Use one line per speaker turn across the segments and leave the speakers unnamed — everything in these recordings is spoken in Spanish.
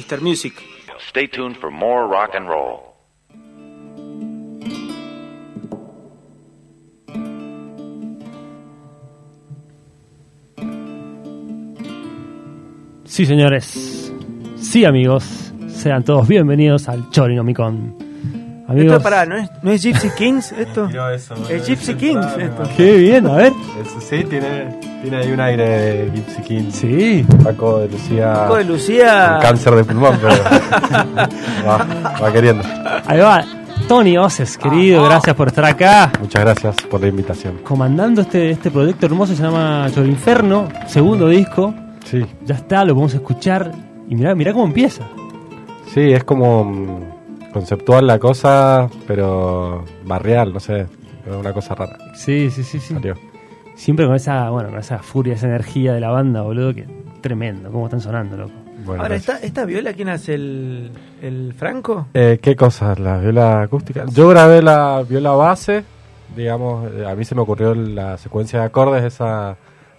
Mr. Music.
Stay tuned for more rock and roll.
Sí, señores. Sí, amigos. Sean todos bienvenidos al Chorinomicon. Amigos.
Esto pará, ¿no es, ¿no es Gypsy Kings esto?
Tiró eso, boludo.
Es Gypsy Kings
Ah,
esto.
no.
Qué bien, a ver.
Eso sí, tiene, tiene ahí un aire de Gypsy King.
Sí.
Paco de Lucía.
Paco de Lucía.
con Cáncer de pulmón, pero. va, va queriendo.
Ahí va. Tony Oses, querido, gracias por estar acá.
Muchas gracias por la invitación.
Comandando este, este proyecto hermoso, se llama Chorinferno, segundo disco.
Sí,
Ya está, lo podemos escuchar. Y mirá, mirá cómo empieza.
sí, es como mm, conceptual la cosa, pero barrial, no sé. Una cosa rara.
Sí, sí, sí, sí.
Salió.
Siempre con esa, bueno, con esa furia, esa energía de la banda, boludo, que tremendo, cómo están sonando, loco.
Bueno,
Ahora,
gracias.
¿esta, ¿esta viola quién hace? ¿El, el Franco?
Eh, ¿Qué cosas? ¿La viola acústica? Yo grabé la viola base, digamos, eh, a mí se me ocurrió la secuencia de acordes, esa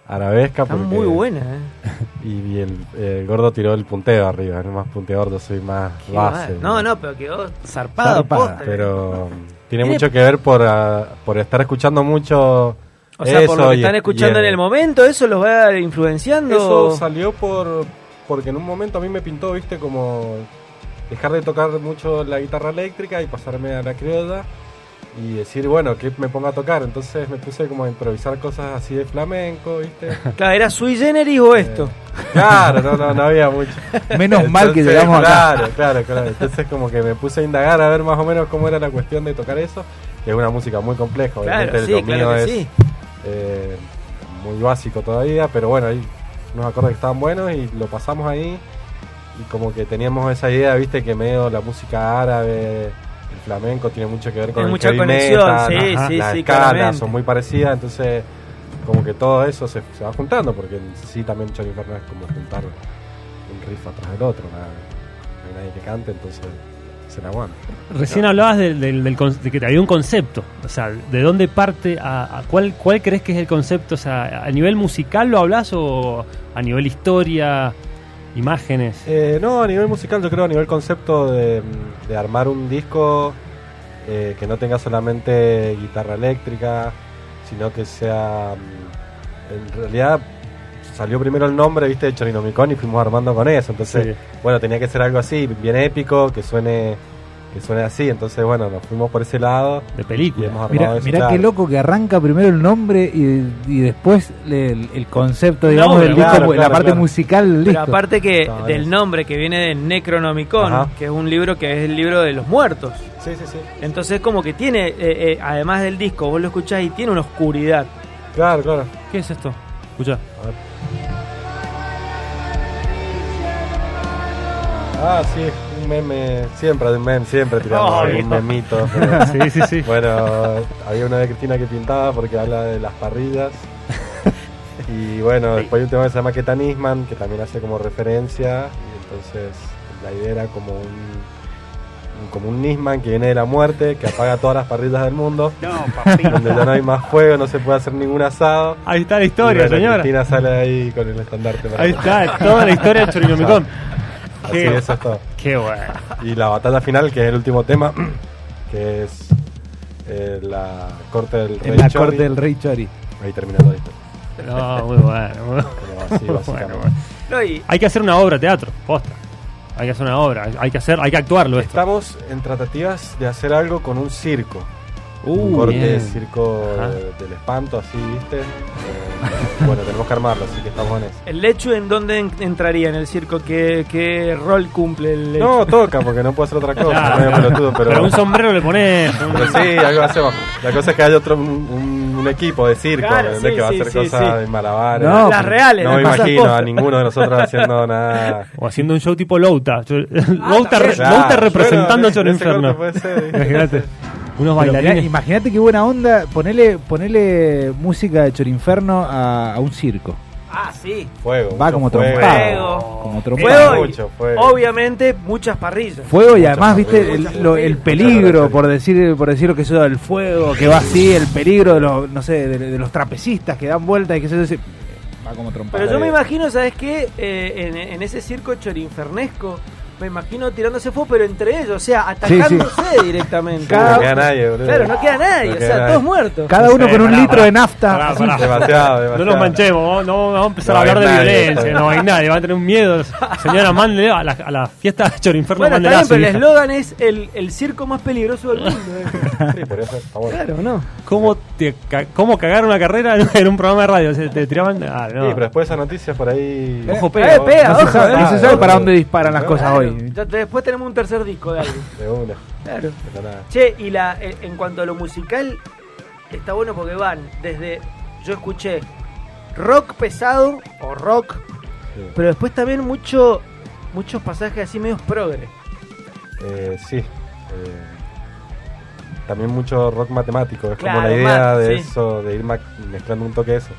arabesca.
Está
porque-
muy buena, ¿eh?
Y, y el, el gordo tiró el punteo arriba, no más punteador, yo soy más
Qué
base.
mal. No, no, pero quedó zarpado.
Zarpada,
posta.
Pero tiene mucho que ver por, ah, por estar escuchando mucho.
O sea, por lo
eso
que
y-
están
y
escuchando en el momento, eso los va influenciando.
Eso salió por porque en un momento a mí me pintó, viste, como dejar de tocar mucho la guitarra eléctrica y pasarme a la criolla y decir, bueno, que me ponga a tocar. Entonces me puse como a improvisar cosas así de flamenco, viste.
Claro, ¿era sui generis o esto?
Claro, no, no, no había mucho.
Menos mal que
Entonces,
llegamos acá.
Claro, claro, claro. Entonces como que me puse a indagar a ver más o menos cómo era la cuestión de tocar eso, que es una música muy compleja, Eh, obviamente
Claro,
lo
sí,
mío
claro que
es
sí.
eh, muy básico todavía, pero bueno, hay unos acordes que estaban buenos y lo pasamos ahí. Y como que teníamos esa idea, viste, que medio la música árabe, el flamenco tiene mucho que ver con
Hay
el
mucha
heavy
conexión,
metal,
sí,
ajá,
sí,
las
sí,
escalas
claramente.
son muy parecidas, entonces como que todo eso se, se va juntando, porque en sí también Chori Inferno es como juntar un riff atrás del otro, nada, no hay nadie que cante, entonces se la aguanta.
Recién hablabas del, del- del con- de que había un concepto, o sea, ¿de dónde parte, a, a cuál, cuál crees que es el concepto? O sea, ¿a nivel musical lo hablas o a nivel historia, imágenes?
Eh, no, a nivel musical, yo creo a nivel concepto de, mm, de armar un disco eh, que no tenga solamente guitarra eléctrica, sino que sea. mm, En realidad salió primero el nombre, viste, de Chorinomicon y fuimos armando con eso. Entonces, bueno, tenía que ser algo así, bien épico, que suene, que suene así. Entonces, bueno, nos fuimos por ese lado
de
y hemos
película.
armado
Mirá,
eso.
mirá
claro.
qué loco que arranca primero el nombre y, y después le- el, el concepto, digamos,
obra,
del disco,
claro,
pues, la
claro,
parte
claro.
musical del
Pero
disco.
aparte que
No,
del
es-
nombre que viene de Necronomicon,
Ajá.
que es un libro que es el libro de los muertos.
Sí, sí, sí.
Entonces como que tiene, eh, eh, además del disco, vos lo escuchás y tiene una oscuridad.
Claro, claro.
¿Qué es esto?
Escucha.
A ver. Ah, sí, es un meme, siempre de un meme, siempre tiramos
Ay,
algún
no.
memito. pero-
Sí, sí, sí.
bueno, había una de Cristina que pintaba porque habla de las parrillas. Y bueno, después hay un tema que se llama Ketan Eastman, que también hace como referencia. Y entonces la idea era como un, como un Nisman que viene de la muerte, que apaga todas las parrillas del mundo. Donde ya no hay más fuego, no se puede hacer ningún asado.
Ahí está la
Y
historia,
bueno,
señora.
Cristina sale ahí con el estandarte. para-
Ahí está, toda la historia del Chorinomicón.
Así es, eso es todo.
Qué bueno.
Y la batalla final, que es el último tema, que es eh, la corte del rey
en la
Chori.
corte del rey Chori.
Ahí termina todo esto.
No, muy bueno. muy bueno.
Pero así,
Bueno,
básicamente.
bueno.
No, y-
Hay que hacer una obra de teatro, posta. Hay que hacer una obra, hay que hacer, hay que actuarlo esto.
Estamos en tratativas de hacer algo con un circo. un
Uh,
corte de
bien.
circo
Ajá.
de- del espanto, así, ¿viste? Eh, bueno, tenemos que armarlo, así que estamos en eso.
¿El lechu en dónde en- entraría en el circo? ¿Qué, qué rol cumple el lechu?
No, toca, porque no puedo hacer otra cosa.
Claro,
medio
claro.
pelotudo, pero,
Pero un sombrero le pones. un-
Pero sí, algo hacemos. La cosa es que hay otro, un, un- un equipo de circo
Claro,
¿entendés?
sí,
que va
sí,
a hacer
sí,
cosas
sí.
de malabares.
No,
Las reales.
No
las
me
cosas
imagino
posta.
a ninguno de nosotros haciendo nada.
O haciendo un show tipo Louta. Yo-
Ah,
Louta, re-
Claro,
Louta representando
bueno,
a Choro
ese corte
Inferno.
puede ser, ¿viste?
Imagínate. Unos
Pero mirá,
bailarines.
Imagínate qué buena onda ponerle, ponerle música de Chorinferno a, a un circo.
Ah, sí.
Fuego.
Va
mucho
como
fuego.
trompado.
Fuego
Como trompado.
y,
Mucho fuego.
obviamente, muchas parrillas.
Fuego y además, viste,
mucha
el,
fuerza.
lo- el
Mucha
peligro,
fuerza.
por decir por decir lo que eso el fuego, que va así, el peligro de los, no sé, de, de los trapecistas que dan vueltas y que se va como trompado.
Pero yo me
Eh.
imagino, ¿sabes qué? Eh, en, en ese circo chorinfernesco, me imagino tirándose fuego, pero entre ellos, o sea, atacándose directamente.
no queda nadie, boludo.
Claro, no queda nadie,
No
o
queda
sea,
nadie.
todos muertos.
Cada uno con un
pará,
litro
pará,
de nafta.
pará,
Así.
pará.
Demasiado, demasiado.
No nos manchemos, no, no vamos a empezar
No
a hablar
hay
de
nadie.
violencia, no hay nadie, va a tener un miedo. Señora, mándele a la, a la fiesta de Chorinferno,
Bueno, está
mándele a
bien,
su
pero el
hija.
eslogan es el, el circo más peligroso del mundo. eh.
Sí, por eso está bueno.
claro, ¿no?
¿Cómo, te ca- ¿Cómo cagar una carrera en- en un programa de radio? O sea, te tiraban... Ah, no.
Sí, pero después esas noticias por ahí.
Ojo,
pega,
boludo.
pega,
No se
ojo,
sabe,
eh.
no se sabe
boludo.
para dónde disparan las
No,
cosas
Claro,
hoy.
ya te- después tenemos un tercer disco de algo.
De una,
Claro.
de la nada.
Che, y la, eh, en cuanto a lo musical, está bueno porque van desde. Yo escuché rock pesado o rock,
Sí.
pero después también mucho, muchos pasajes así medios progres.
Eh, sí. eh, también mucho rock matemático. Es
Claro,
como la idea
mat-
de
sí.
eso, de ir ma- mezclando un toque de eso.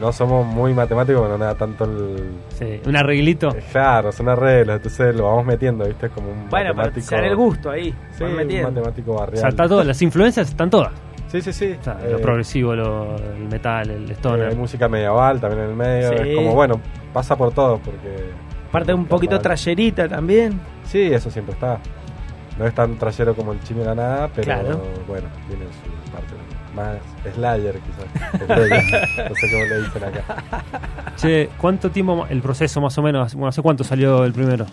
No somos muy matemáticos, pero no nada tanto el. eh,
Sí, un arreglito.
Claro, son arreglos, entonces lo vamos metiendo, ¿viste? Como un
Bueno, para
matemático.
sacar el gusto ahí.
Sí,
van
un
metiendo.
matemático
O sea,
barrial.
está todo, las influencias están todas.
Sí, sí, sí.
O sea,
Eh,
lo progresivo, lo- el metal, el
eh,
stoner.
hay música medieval también en el medio.
Sí.
Es como, bueno, pasa por todo, porque.
Aparte un poquito
trayero.
trayerita también.
Sí, eso siempre está. No es tan trayero como el chino de la nada, pero
Claro.
bueno, tiene su parte más Slayer, quizás. o Slayer, no sé cómo le dicen acá.
Che, ¿cuánto tiempo ma- el proceso más o menos? Bueno, ¿hace cuánto salió el primero?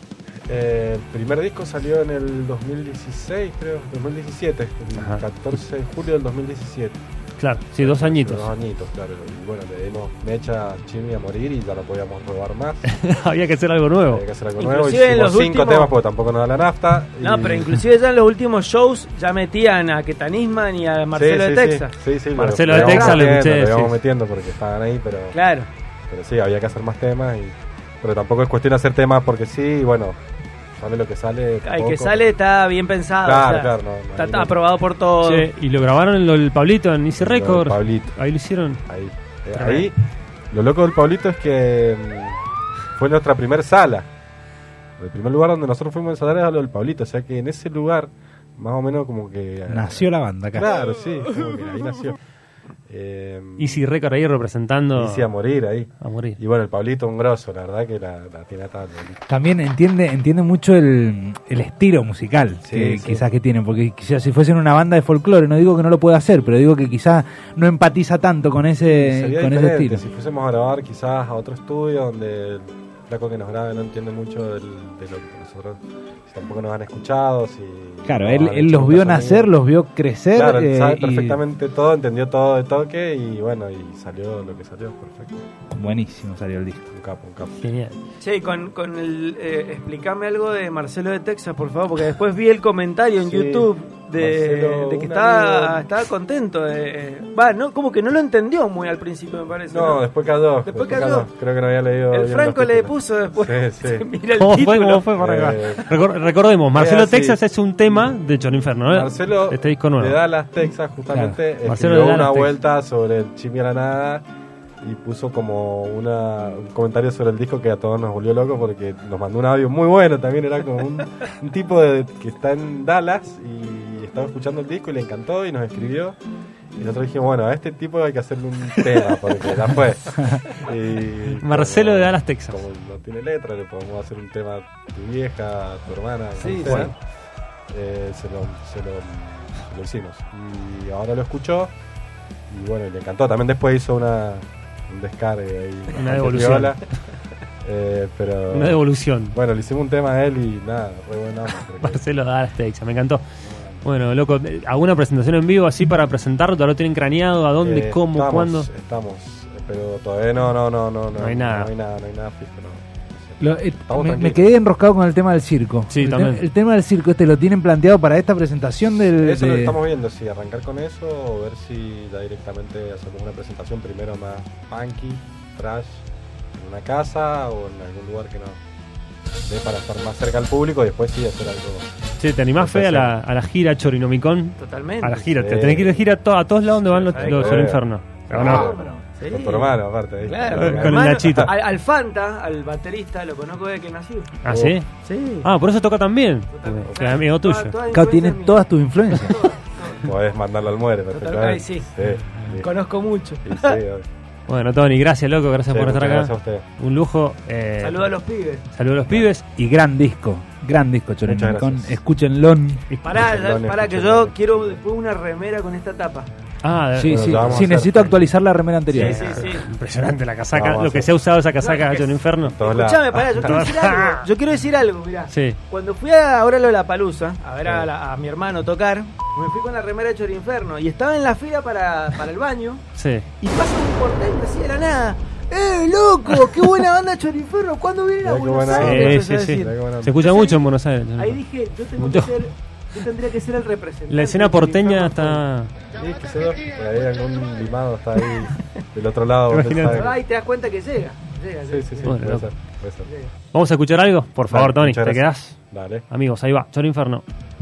Eh, el primer disco salió en el 2016, creo, 2017, el
Ajá.
14 de julio del 2017.
Claro, sí, dos añitos.
Dos añitos, claro. Y bueno, le dimos mecha a Chimmy a morir y ya no podíamos robar más.
Había que hacer algo nuevo.
Había que hacer algo nuevo.
Inclusive en
Hicimos
los
cinco
últimos-
temas porque tampoco nos da la nafta.
No,
y-
pero inclusive ya en los últimos shows ya metían a Ketanisman y a Marcelo de
Sí, sí,
Texas.
Sí, sí, sí, lo-
Marcelo
lo
de
íbamos
Texas lo
metiendo,
escuché,
Lo íbamos
sí.
metiendo porque estaban ahí, pero.
Claro.
Pero sí, había que hacer más temas. Y, pero tampoco es cuestión de hacer temas porque sí, y bueno, sale lo que sale.
El
tampoco.
que sale está bien pensado.
Claro,
o sea,
claro, no, no
está,
hay ningún-
aprobado por todo.
Che, y lo grabaron en lo del Pablito, en Easy
Lo del
Record.
Pablito.
Ahí lo hicieron.
Ahí. Eh,
Tremendo.
ahí, lo loco del Pablito es que mm, fue nuestra primer sala. El primer lugar donde nosotros fuimos a ensayar era lo del Pablito. O sea que en ese lugar, más o menos como que.
Nació la banda acá.
Claro, sí, como que ahí nació. Eh,
Easy Record ahí representando
Easy a morir ahí.
a morir.
Y bueno, el Pablito, un grosso, la verdad que la, la tiene atada. el Pablito.
También entiende, entiende mucho el, el estilo musical
Sí,
que
sí.
quizás que tienen, porque quizás si fuesen una banda de folclore, no digo que no lo pueda hacer, pero digo que quizás no empatiza tanto con ese,
Sería
Eh, con ese
diferente
estilo.
si fuésemos a grabar quizás a otro estudio donde el flaco que nos grabe no entiende mucho del- de lo que nosotros, si tampoco nos han escuchado, si...
Claro,
no
él,
han
él
hecho
los vio
caso
nacer,
mío.
los vio crecer.
Claro, él
eh,
sabe
y-
perfectamente todo, entendió todo de toque y bueno, y salió lo que salió, perfecto.
Buenísimo salió el disco.
Un capo, un capo.
Genial.
Che, y con, con el. eh, explícame algo de Marcelo de Texas, por favor, porque después vi el comentario en
Sí,
YouTube de,
Marcelo,
de que
un
estaba,
amigo.
estaba contento. de- Va, no, como que no lo entendió muy al principio, me parece.
No, después cayó.
Después cayó.
Creo que no había leído.
El
bien
Franco
los
le
títulos.
puso después.
Sí, sí.
Mira el
¿Cómo fue?
título.
¿Cómo fue? Para
Eh,
Recor- recordemos, Marcelo
así.
Texas es un tema de John Inferno, ¿eh?
Marcelo
este disco
de
nuevo.
Dallas, Texas, justamente
Claro. Marcelo
escribió
de Dallas,
una
Texas.
vuelta sobre el Chimi a la nada y puso como una, un comentario sobre el disco que a todos nos volvió loco porque nos mandó un audio muy bueno también. Era como un, un tipo de, que está en Dallas y estaba escuchando el disco y le encantó y nos escribió. Y nosotros dijimos, bueno, a este tipo hay que hacerle un tema porque ya fue. Y
Marcelo de Dallas, Texas.
Como no tiene letra, le podemos hacer un tema a tu vieja, a tu hermana. lo
Sí,
que sea.
sí.
Eh, se, lo, se, lo, se lo hicimos. Y ahora lo escuchó y bueno, le encantó. También después hizo una, un descargue ahí. bastante
devolución.
piola. Eh, pero
Una devolución.
bueno, le hicimos un tema a él y nada, re buena onda, porque-
Marcelo de Dallas, Texas, me encantó. Bueno, loco, eh, ¿alguna presentación en vivo así para presentarlo? ¿Todavía lo tienen craneado? ¿A dónde?
Eh,
¿Cómo?
estamos,
¿Cuándo?
Estamos, eh, pero todavía no, no, no, no.
No hay nada.
No hay nada, no hay nada fijo, no.
Lo- eh,
Estamos
me, me
tranquilos.
quedé enroscado con el tema del circo.
Sí,
el, te-
también.
el tema del circo, este lo tienen planteado para esta presentación del.
Eso lo
de-
estamos viendo, si arrancar con eso o ver si ya directamente hacemos una presentación primero más punky, trash, en una casa o en algún lugar que nos dé para estar más cerca al público y después sí hacer algo.
Che, ¿te animás, Fe, a la, a la gira Chorinomicón?
Totalmente.
A la gira, te
Sí.
tenés que ir de gira a, to- a todos lados donde van los,
Sí,
los
sí.
Chorinferno. ¿O no?
Sí.
Con tu hermano, aparte. ¿viste?
Claro,
Con el
hermano-
Nachito.
Al, al Fanta, al baterista, lo conozco desde que nací.
¿Ah, sí?
Sí.
Ah, por eso toca también.
Totalmente.
Que es amigo tuyo.
Toda- toda
Claro,
influencia
tienes
mía.
todas tus influencias.
Podés mandarlo al muere,
Ay,
perfectamente.
sí.
sí.
Conozco mucho.
Sí, sí, obvio.
Bueno, Tony, gracias, loco, gracias
Sí,
por estar
muchas
acá.
Gracias a ustedes.
Un lujo. Eh,
Saluda a los pibes.
saludos a los pibes.
y gran disco. Gran disco, Choreña.
Muchas
Con,
gracias.
escúchenlo.
Pará,
Escuchen,
ya-
no,
pará,
escuchen,
que yo
no.
quiero después una remera con esta tapa.
Ah,
Sí,
eh,
Bueno,
sí,
ya vamos a
sí,
hacer.
necesito actualizar la remera anterior.
Sí, sí, sí.
impresionante la casaca,
No, va a
lo que
ser.
se ha usado esa casaca
No,
ha
que
hecho un infierno.
Todos lados.
Escuchame,
pues.
pará, yo quiero decir algo. Yo quiero decir algo, mirá.
Sí.
Cuando fui a, ahora a Lollapalooza, a ver a, la- a mi hermano tocar, me fui con la remera de Chorinferno y estaba en la fila para, para el baño
Sí.
y pasa un porteño así de la nada. ¡Eh, loco! ¡Qué buena banda Chorinferno! ¿Cuándo vienen a
Mirá qué
Buenos
buena onda.
Aires? Empezó
Sí,
a
sí, sí.
decir.
Bueno,
Se escucha mucho en Buenos Aires.
Ahí dije, yo tengo
Mucho.
que ser... Yo tendría que ser el representante.
La escena
de Chorinferno
porteña
afuera.
está...
Sí, que se ve por ahí algún limado está ahí del otro lado.
Imagínate.
donde está
Ahí te das cuenta que llega. Llega,
el-
llega,
Sí, sí, sí,
llega.
Bueno,
puede
loco.
ser, puede ser.
llega.
¿Vamos a escuchar algo? Por favor,
Dale,
Tony,
muchas
¿te
gracias.
quedás?
Dale.
Amigos, ahí va, Choro Inferno.